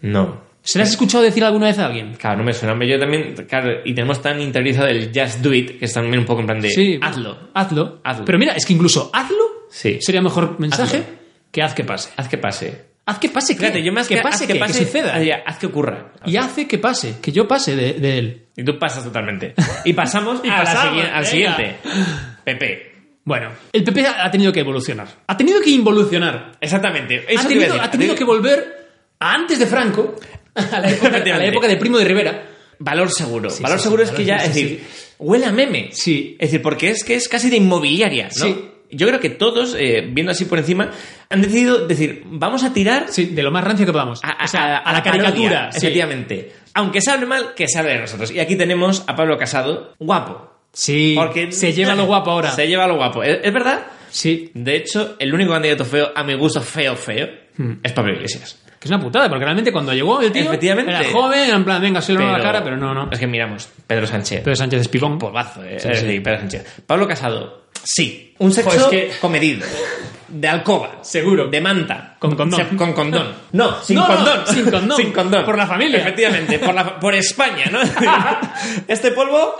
Speaker 4: No.
Speaker 3: ¿Se la has escuchado decir alguna vez a alguien?
Speaker 4: Claro, no me suena. Hombre, Yo también, claro, y tenemos tan interiorizado el just do it, que es también un poco en plan de hazlo.
Speaker 3: Hazlo.
Speaker 4: Hazlo.
Speaker 3: Pero mira, es que incluso hazlo
Speaker 4: Sí.
Speaker 3: sería mejor mensaje
Speaker 4: Hazlo.
Speaker 3: que haz que pase.
Speaker 4: Haz que pase.
Speaker 3: Haz que pase, ¿qué?
Speaker 4: Fíjate, yo más
Speaker 3: que, pase,
Speaker 4: haz que
Speaker 3: ¿qué?
Speaker 4: pase,
Speaker 3: que suceda.
Speaker 4: haría, haz que ocurra.
Speaker 3: Y hace que pase, que yo pase de, de él.
Speaker 4: Y tú pasas totalmente. Y pasamos,
Speaker 3: Y
Speaker 4: a la
Speaker 3: pasamos,
Speaker 4: sigui- al
Speaker 3: venga.
Speaker 4: siguiente. Pepe.
Speaker 3: Bueno, el PP ha ha tenido que evolucionar. Ha tenido que involucionar.
Speaker 4: Exactamente.
Speaker 3: Ha
Speaker 4: Eso te iba
Speaker 3: tenido,
Speaker 4: a decir.
Speaker 3: ha tenido que volver a antes de Franco, a la época, a la época de Primo de Rivera.
Speaker 4: Valor seguro.
Speaker 3: Sí,
Speaker 4: valor
Speaker 3: sí,
Speaker 4: seguro
Speaker 3: sí,
Speaker 4: es que ya,
Speaker 3: valor-
Speaker 4: es
Speaker 3: sí,
Speaker 4: decir, huele a meme.
Speaker 3: Sí.
Speaker 4: Es decir, porque es que es casi de inmobiliaria, ¿no?
Speaker 3: Sí.
Speaker 4: Yo creo que todos, eh, viendo así por encima, han decidido decir, vamos a tirar
Speaker 3: Sí, de lo más rancio que podamos.
Speaker 4: a,
Speaker 3: O sea, a la
Speaker 4: parodia,
Speaker 3: caricatura. sí.
Speaker 4: efectivamente. Aunque se hable mal, que se hable de nosotros. Y aquí tenemos a Pablo Casado, guapo.
Speaker 3: Sí,
Speaker 4: Porque
Speaker 3: se lleva lo guapo ahora.
Speaker 4: Se lleva lo guapo. ¿Es, es verdad?
Speaker 3: Sí,
Speaker 4: De hecho, el único candidato feo, a mi gusto feo, feo, es Pablo Iglesias.
Speaker 3: que es una putada, porque realmente cuando llegó el tío
Speaker 4: Efectivamente.
Speaker 3: era joven, era en plan, venga, soy la cara, pero no, no.
Speaker 4: Es que miramos, Pedro Sánchez.
Speaker 3: Pedro Sánchez es pibón.
Speaker 4: Polvazo, eh.
Speaker 3: Sí,
Speaker 4: Eh,
Speaker 3: sí.
Speaker 4: sí, Pedro Sánchez. Pablo Casado, sí. Un sexo
Speaker 3: Joder, es que-
Speaker 4: comedido. de alcoba.
Speaker 3: Seguro.
Speaker 4: De manta.
Speaker 3: Con condón.
Speaker 4: Se- con condón. No, sin
Speaker 3: No, no,
Speaker 4: condón.
Speaker 3: sin condón.
Speaker 4: Sin condón.
Speaker 3: Por la familia.
Speaker 4: Efectivamente, por, la, por España, ¿no? este polvo...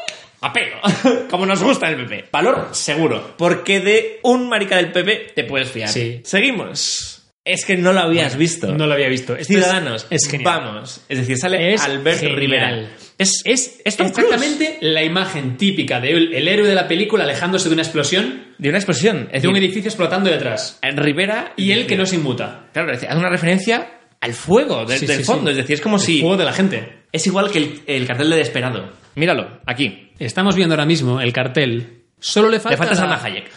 Speaker 4: A pelo, como nos gusta el PP. Valor seguro, porque de un marica del PP te puedes fiar.
Speaker 3: Sí.
Speaker 4: Seguimos. Es que no lo habías visto.
Speaker 3: No lo había visto. Esto es-
Speaker 4: Ciudadanos,
Speaker 3: es, genial.
Speaker 4: vamos. Es decir, sale
Speaker 3: Es
Speaker 4: Alberto
Speaker 3: genial.
Speaker 4: Rivera. Es,
Speaker 3: Es
Speaker 4: Tom Cruise.
Speaker 3: exactamente la imagen típica del el héroe de la película alejándose de una explosión
Speaker 4: de una explosión. Es
Speaker 3: de un
Speaker 4: decir,
Speaker 3: edificio explotando detrás.
Speaker 4: Rivera
Speaker 3: Y él que no se inmuta.
Speaker 4: Claro, es decir, hace una referencia al fuego de-
Speaker 3: Sí,
Speaker 4: del
Speaker 3: sí,
Speaker 4: fondo.
Speaker 3: sí.
Speaker 4: Es decir, es como
Speaker 3: El
Speaker 4: si.
Speaker 3: Fuego de la gente.
Speaker 4: Es igual que el, el cartel de Desperado. Míralo, aquí.
Speaker 3: Estamos viendo ahora mismo el cartel. Solo le falta.
Speaker 4: Le falta
Speaker 3: la-
Speaker 4: Salma Hayek.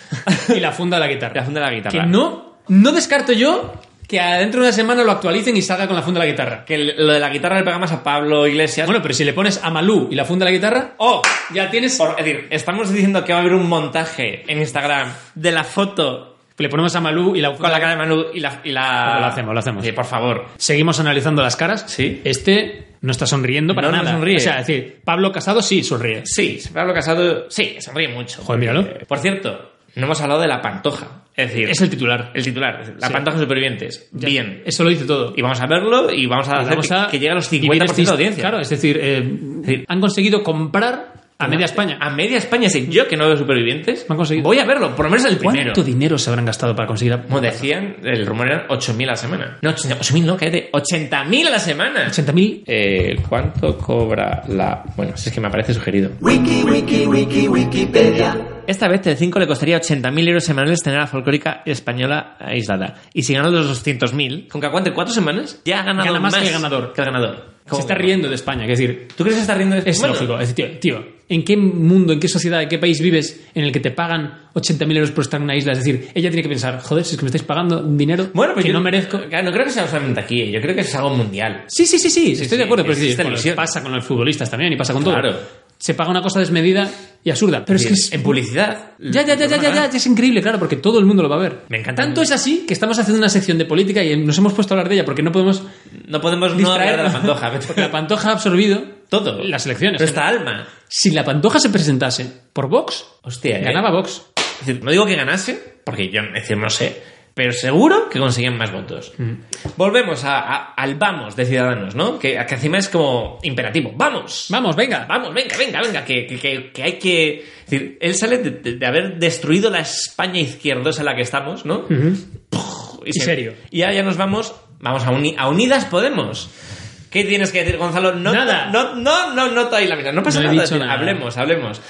Speaker 3: Y la funda de la guitarra.
Speaker 4: La funda de la guitarra.
Speaker 3: Que no, no descarto yo que dentro de una semana lo actualicen y salga con la funda de la guitarra.
Speaker 4: Que el- lo de la guitarra le pega más a Pablo Iglesias.
Speaker 3: Bueno, pero si le pones a Malú y la funda de la guitarra,
Speaker 4: ¡Oh!
Speaker 3: ya tienes.
Speaker 4: Por- es decir, estamos diciendo que va a haber un montaje en Instagram de la foto
Speaker 3: Le ponemos a Malú y la.
Speaker 4: con la cara de Manu y la. y la-
Speaker 3: Lo hacemos, lo hacemos.
Speaker 4: Sí, por favor.
Speaker 3: Seguimos analizando las caras.
Speaker 4: Sí.
Speaker 3: Este no está sonriendo para
Speaker 4: No, no
Speaker 3: nada.
Speaker 4: sonríe.
Speaker 3: O sea, es decir, Pablo Casado sí sonríe.
Speaker 4: Sí, Pablo Casado. Sí, sonríe mucho.
Speaker 3: Joder, míralo.
Speaker 4: Eh, Por cierto, no hemos hablado de la pantoja. Es decir,
Speaker 3: Es el titular.
Speaker 4: el titular. es decir, La
Speaker 3: Sí.
Speaker 4: pantoja de supervivientes. Bien.
Speaker 3: Eso lo dice todo.
Speaker 4: Y vamos a verlo y vamos a
Speaker 3: Y
Speaker 4: hacer
Speaker 3: vamos
Speaker 4: que-
Speaker 3: a
Speaker 4: que, llegue a los
Speaker 3: vivir
Speaker 4: 50% de
Speaker 3: este-
Speaker 4: audiencia.
Speaker 3: Claro, es decir, eh, han conseguido comprar a media España.
Speaker 4: A media España, sí. Yo que no veo supervivientes,
Speaker 3: Me han conseguido.
Speaker 4: voy a verlo, por lo menos el primero.
Speaker 3: ¿Cuánto dinero se habrán gastado para conseguir a-
Speaker 4: Como decían, el rumor eran 8.000 a la semana. No, 80 8.000 no, cállate. 80.000 a la semana.
Speaker 3: 80.000?
Speaker 4: Eh, ¿Cuánto cobra la...? Bueno, si es que me aparece sugerido.
Speaker 2: Wiki, wiki, wiki, Wikipedia.
Speaker 4: Esta vez Telecinco le costaría 80.000 euros semanales tener a la folclórica española aislada. Y si gana los 200.000, con que aguante cuatro semanas, ya ha ganado
Speaker 3: Gana más que el ganador.
Speaker 4: Que el ganador.
Speaker 3: Se está riendo de España, que es decir,
Speaker 4: ¿Tú crees que se está riendo de
Speaker 3: es
Speaker 4: Bueno,
Speaker 3: lógico. Es decir, tío, tío, ¿en qué mundo, en qué sociedad, en qué país vives en el que te pagan 80.000 euros por estar en una isla? Es decir, ella tiene que pensar, joder, si es que me estáis pagando dinero
Speaker 4: Bueno, pues
Speaker 3: que
Speaker 4: yo-
Speaker 3: no merezco.
Speaker 4: Claro, no creo que sea solamente aquí, eh. yo creo que es algo mundial.
Speaker 3: Sí, sí, sí, sí, estoy de
Speaker 4: sí,
Speaker 3: acuerdo, pero
Speaker 4: existe
Speaker 3: sí, bueno,
Speaker 4: ilusión.
Speaker 3: pasa con los futbolistas también y pasa con
Speaker 4: Claro.
Speaker 3: todo. Se paga una cosa desmedida y absurda. Pero es que es
Speaker 4: en publicidad.
Speaker 3: Ya, ya, ya, ya, ya, ya, es increíble, claro, porque todo el mundo lo va a ver.
Speaker 4: Me encanta.
Speaker 3: Tanto es así que estamos haciendo una sección de política y nos hemos puesto a hablar de ella porque no podemos
Speaker 4: No podemos no hablar
Speaker 3: distraer
Speaker 4: de la pantoja.
Speaker 3: Porque la pantoja ha absorbido
Speaker 4: Todo.
Speaker 3: las elecciones.
Speaker 4: Pero esta alma.
Speaker 3: Si la pantoja se presentase por Vox,
Speaker 4: Hostia, eh.
Speaker 3: ganaba Vox.
Speaker 4: Es decir, no digo que ganase, porque yo es decir, no sé, pero seguro que conseguían más votos.
Speaker 3: Mm.
Speaker 4: Volvemos a- a- al vamos de Ciudadanos, ¿no? Que, que encima es como imperativo. ¡Vamos!
Speaker 3: Vamos, venga.
Speaker 4: Vamos, venga, venga, venga, que, que- que- que hay que... es decir, él sale de, de- de haber destruido la España izquierdosa en la que estamos, ¿no? Puf,
Speaker 3: Y serio.
Speaker 4: Y ahora ya nos vamos, vamos a, Uni- a Unidas Podemos. ¿Qué tienes que decir, Gonzalo? No,
Speaker 3: Nada.
Speaker 4: No, no, no, no, ahí la mira. No pasa
Speaker 3: No he
Speaker 4: nada.
Speaker 3: dicho
Speaker 4: es decir,
Speaker 3: nada.
Speaker 4: Hablemos, hablemos.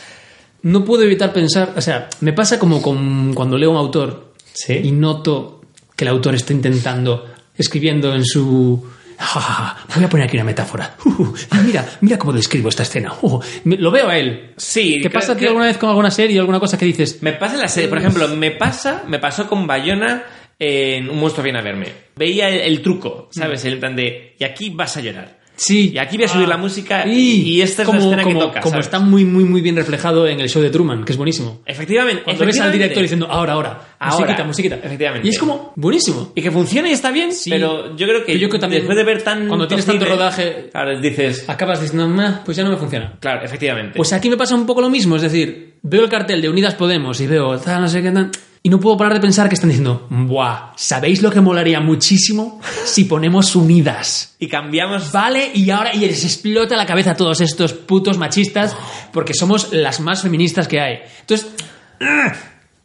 Speaker 3: No puedo evitar pensar, o sea, me pasa como con- cuando leo a un autor
Speaker 4: Sí.
Speaker 3: y noto que el autor está intentando, escribiendo en su... "Ja, ja, ja, voy a poner aquí una metáfora. Uh, uh, mira, mira cómo describo esta escena. Uh, me- lo veo a él.
Speaker 4: Sí.
Speaker 3: ¿Qué
Speaker 4: creo
Speaker 3: pasa a ti
Speaker 4: que-
Speaker 3: alguna Pues- vez con alguna serie o alguna cosa que dices?
Speaker 4: Me pasa en la serie, por ejemplo, me pasa, me pasó con Bayona en Un monstruo viene a verme. Veía el, el truco, ¿sabes?
Speaker 3: Mm.
Speaker 4: El plan de, y aquí vas a llorar.
Speaker 3: Sí.
Speaker 4: Y aquí voy a subir la música y- y esta es la
Speaker 3: Ah, como,
Speaker 4: escena que
Speaker 3: como-
Speaker 4: toca,
Speaker 3: Como
Speaker 4: ¿sabes?
Speaker 3: está muy, muy, muy bien reflejado en el show de Truman, que es buenísimo.
Speaker 4: Efectivamente.
Speaker 3: Cuando ves al
Speaker 4: efectivamente.
Speaker 3: director diciendo, ahora, ahora,
Speaker 4: Ahora.
Speaker 3: musiquita, musiquita.
Speaker 4: Efectivamente.
Speaker 3: Y es como, buenísimo.
Speaker 4: Y que funciona y está bien,
Speaker 3: Sí.
Speaker 4: pero yo creo que,
Speaker 3: Pero yo creo también-
Speaker 4: después de ver tan...
Speaker 3: cuando tienes tanto rodaje-
Speaker 4: Claro, dices...
Speaker 3: Acabas diciendo, "Meh, pues ya no me funciona.
Speaker 4: Claro, efectivamente.
Speaker 3: Pues aquí me pasa un poco lo mismo, es decir, veo el cartel de Unidas Podemos y veo tal, no sé qué tal, y no puedo parar de pensar que están diciendo, ¡buah! ¿Sabéis lo que molaría muchísimo si ponemos Unidas?
Speaker 4: y cambiamos...
Speaker 3: Vale, y ahora y les explota la cabeza a todos estos putos machistas porque somos las más feministas que hay. Entonces, ¡ah!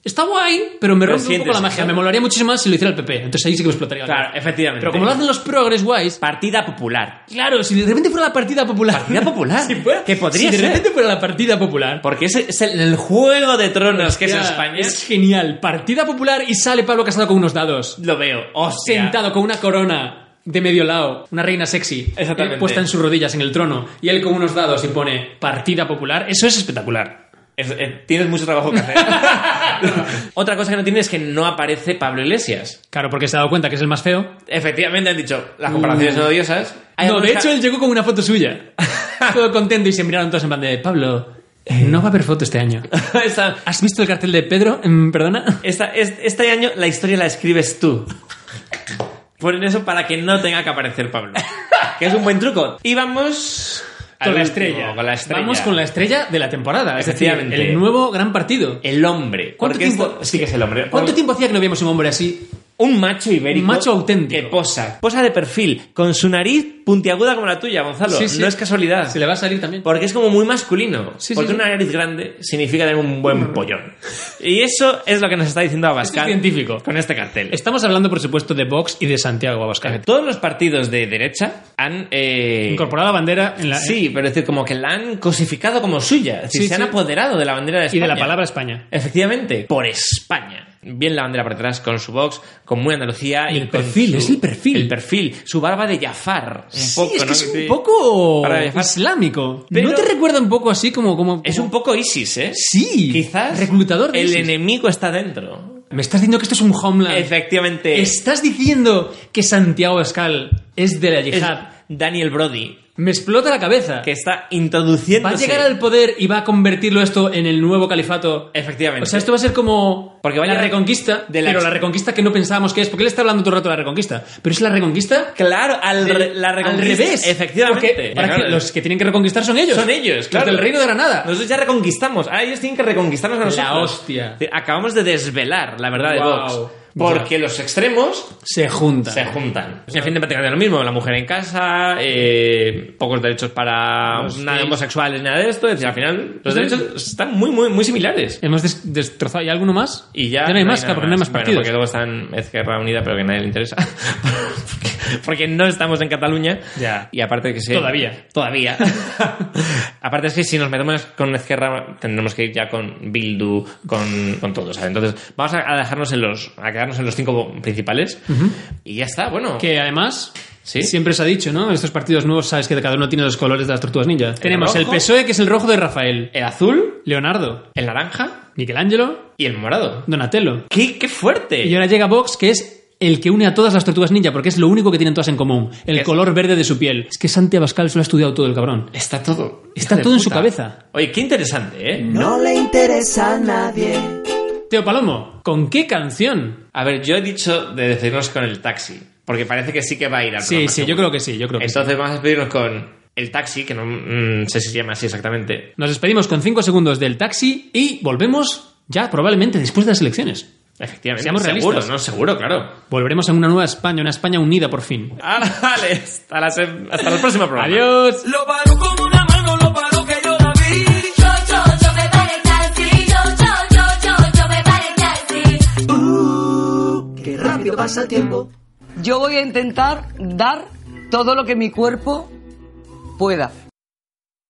Speaker 3: está guay, pero me rompe
Speaker 4: Pero
Speaker 3: un poco
Speaker 4: sientes,
Speaker 3: la magia.
Speaker 4: ¿no?
Speaker 3: Me molaría muchísimo más si lo hiciera el PP. Entonces ahí sí que me explotaría. la
Speaker 4: Claro,
Speaker 3: cabeza.
Speaker 4: efectivamente.
Speaker 3: Pero como lo hacen los progres guays,
Speaker 4: Partida popular.
Speaker 3: claro, si de repente fuera la partida popular.
Speaker 4: Partida popular,
Speaker 3: Si fuera-
Speaker 4: que podría
Speaker 3: si de
Speaker 4: ser.
Speaker 3: repente fuera la partida popular.
Speaker 4: Porque es, es el, el juego de tronos que es
Speaker 3: Hostia,
Speaker 4: España.
Speaker 3: Es genial. Partida popular y sale Pablo Casado con unos dados.
Speaker 4: Lo veo. Hostia.
Speaker 3: Sentado con una corona de medio lado. Una reina sexy.
Speaker 4: Exactamente.
Speaker 3: eh, Puesta en sus rodillas en el trono. Y él con unos dados y pone partida popular. Eso es espectacular.
Speaker 4: Es- eh, tienes mucho trabajo que hacer. Otra cosa que no tiene es que no aparece Pablo Iglesias.
Speaker 3: Claro, porque se ha dado cuenta que es el más feo.
Speaker 4: Efectivamente han dicho, las comparaciones son odiosas. Hay
Speaker 3: Mm. No,
Speaker 4: algunos
Speaker 3: de hecho
Speaker 4: que-
Speaker 3: él llegó con una foto suya. Todo contento y se miraron todos en plan de Pablo, eh,
Speaker 4: Mm.
Speaker 3: no va a haber foto este año.
Speaker 4: Esta-
Speaker 3: ¿Has visto el cartel de Pedro? Mm, ¿Perdona?
Speaker 4: esta- es- este año la historia la escribes tú. Ponen eso para que no tenga que aparecer Pablo. Que es un buen truco. Y vamos Al
Speaker 3: con la
Speaker 4: último,
Speaker 3: estrella.
Speaker 4: con la estrella.
Speaker 3: Vamos con la estrella de la temporada. Es decir,
Speaker 4: Efectivamente. Eh,
Speaker 3: el nuevo gran partido.
Speaker 4: El hombre.
Speaker 3: ¿Cuánto
Speaker 4: Porque
Speaker 3: tiempo-
Speaker 4: esto sí que es el hombre.
Speaker 3: ¿Cuánto
Speaker 4: Porque-
Speaker 3: tiempo hacía que no veíamos un hombre así?
Speaker 4: Un macho ibérico.
Speaker 3: Un macho auténtico.
Speaker 4: Que posa. Posa de perfil. Con su nariz puntiaguda como la tuya, Gonzalo.
Speaker 3: Sí, sí.
Speaker 4: No es casualidad.
Speaker 3: Se le va a salir también.
Speaker 4: Porque es como muy masculino.
Speaker 3: Sí,
Speaker 4: Porque
Speaker 3: sí, sí.
Speaker 4: una nariz grande significa tener un buen pollón. Y eso es lo que nos está diciendo Abascal.
Speaker 3: Esto es científico.
Speaker 4: Con este cartel.
Speaker 3: Estamos hablando, por supuesto, de Vox y de Santiago Abascal.
Speaker 4: Todos los partidos de derecha han... eh,
Speaker 3: Eh. Incorporado la bandera en la,
Speaker 4: Sí, pero es decir, como que la han cosificado como suya. Es decir,
Speaker 3: Sí,
Speaker 4: se han
Speaker 3: sí.
Speaker 4: apoderado de la bandera de
Speaker 3: eh, y
Speaker 4: España.
Speaker 3: de la palabra España.
Speaker 4: Efectivamente, por España. Bien la bandera para atrás, con su box, con muy Andalucía.
Speaker 3: Y el
Speaker 4: con
Speaker 3: perfil,
Speaker 4: su-
Speaker 3: es el perfil.
Speaker 4: El perfil, su barba de Jafar. Un
Speaker 3: Sí,
Speaker 4: poco,
Speaker 3: es que
Speaker 4: ¿no?
Speaker 3: es
Speaker 4: Sí.
Speaker 3: un poco
Speaker 4: Para dejar-
Speaker 3: islámico.
Speaker 4: Pero-
Speaker 3: ¿No te recuerda un poco así como... como,
Speaker 4: Es un poco ISIS, ¿eh?
Speaker 3: Sí.
Speaker 4: Quizás
Speaker 3: Reclutador de
Speaker 4: el
Speaker 3: ISIS.
Speaker 4: enemigo está dentro.
Speaker 3: Me estás diciendo que esto es un homeland.
Speaker 4: Efectivamente.
Speaker 3: Estás diciendo que Santiago Abascal es de la
Speaker 4: es
Speaker 3: yihad.
Speaker 4: Daniel Brody,
Speaker 3: Me explota la cabeza.
Speaker 4: que está introduciendo.
Speaker 3: Va a llegar al poder y va a convertirlo esto en el nuevo califato.
Speaker 4: Efectivamente.
Speaker 3: O sea, esto va a ser como
Speaker 4: Porque vaya-
Speaker 3: la reconquista,
Speaker 4: de la-
Speaker 3: pero la reconquista que no pensábamos que es, porque él está hablando todo el rato de la reconquista, pero es la reconquista
Speaker 4: Claro, al,
Speaker 3: del-
Speaker 4: re- la
Speaker 3: al
Speaker 4: reconquista.
Speaker 3: revés.
Speaker 4: Efectivamente.
Speaker 3: Porque ahora
Speaker 4: Claro.
Speaker 3: que los que tienen que reconquistar son ellos.
Speaker 4: Son ellos,
Speaker 3: Los
Speaker 4: claro.
Speaker 3: del reino de Granada.
Speaker 4: Nosotros ya reconquistamos. Ahora ellos tienen que reconquistarnos a
Speaker 3: La
Speaker 4: nosotros.
Speaker 3: hostia.
Speaker 4: Acabamos de desvelar la verdad de
Speaker 3: Guau. Pues
Speaker 4: Vox. Porque los extremos
Speaker 3: Se juntan.
Speaker 4: se juntan. Y al fin de prácticamente lo mismo. La mujer en casa, eh, pocos derechos para nada de homosexuales, nada de esto. Es decir, al final los derechos están muy, muy, muy similares.
Speaker 3: Hemos des- destrozado. ¿Y alguno más?
Speaker 4: Y ya,
Speaker 3: no hay más,
Speaker 4: nada
Speaker 3: claro, porque no hay más
Speaker 4: Bueno,
Speaker 3: partidos.
Speaker 4: porque luego están Esquerra Unida, pero que a nadie le interesa. Porque- porque no estamos en Cataluña.
Speaker 3: Ya.
Speaker 4: Y aparte que sí.
Speaker 3: Todavía.
Speaker 4: Todavía. aparte es que si nos metemos con Esquerra, tendremos que ir ya con Bildu, con, con todos. ¿sabes? Entonces, vamos a, a dejarnos en los, a quedarnos en los cinco principales. Y ya está, bueno.
Speaker 3: Que además,
Speaker 4: Sí.
Speaker 3: siempre se ha dicho, ¿no? En estos partidos nuevos sabes que cada uno tiene los colores de las tortugas ninja. Tenemos el
Speaker 4: rojo.
Speaker 3: PSOE, E, que es el rojo de Rafael.
Speaker 4: El azul,
Speaker 3: Leonardo.
Speaker 4: el naranja
Speaker 3: Michelangelo.
Speaker 4: y el morado.
Speaker 3: Donatello.
Speaker 4: ¡Qué, qué fuerte!
Speaker 3: Y ahora llega Vox, que es el que une a todas las tortugas ninja, porque es lo único que tienen todas en común. El
Speaker 4: Es-
Speaker 3: color verde de su piel. Es que Santi Abascal se lo ha estudiado todo el cabrón.
Speaker 4: Está todo.
Speaker 3: Está
Speaker 4: hijo de
Speaker 3: todo en su
Speaker 4: puta.
Speaker 3: cabeza.
Speaker 4: Oye, qué interesante, ¿eh?
Speaker 2: No le interesa a nadie.
Speaker 3: Teo Palomo, ¿con qué canción?
Speaker 4: A ver, yo he dicho de despedirnos con el taxi, porque parece que sí que va a ir al
Speaker 3: Sí,
Speaker 4: programa
Speaker 3: sí, yo
Speaker 4: seguro.
Speaker 3: creo que sí, yo creo que sí.
Speaker 4: Entonces vamos a despedirnos con el taxi, que no mm, sé si se llama así exactamente.
Speaker 3: Nos despedimos con 5 segundos del taxi y volvemos ya probablemente después de las elecciones.
Speaker 4: Efectivamente,
Speaker 3: Seamos
Speaker 4: seguro,
Speaker 3: realistas.
Speaker 4: ¿no? Seguro, claro.
Speaker 3: Volveremos a una nueva España, una España unida por fin.
Speaker 4: Ah, vale, hasta, la sem- hasta el próximo programa.
Speaker 3: Adiós.
Speaker 6: Lo paró con una mano, lo paró que yo la vi.
Speaker 8: Yo, yo, yo me paré taxi, yo, yo, yo, yo, yo me paré taxi.
Speaker 2: Qué rápido pasa el tiempo.
Speaker 9: Yo voy a intentar dar todo lo que mi cuerpo pueda.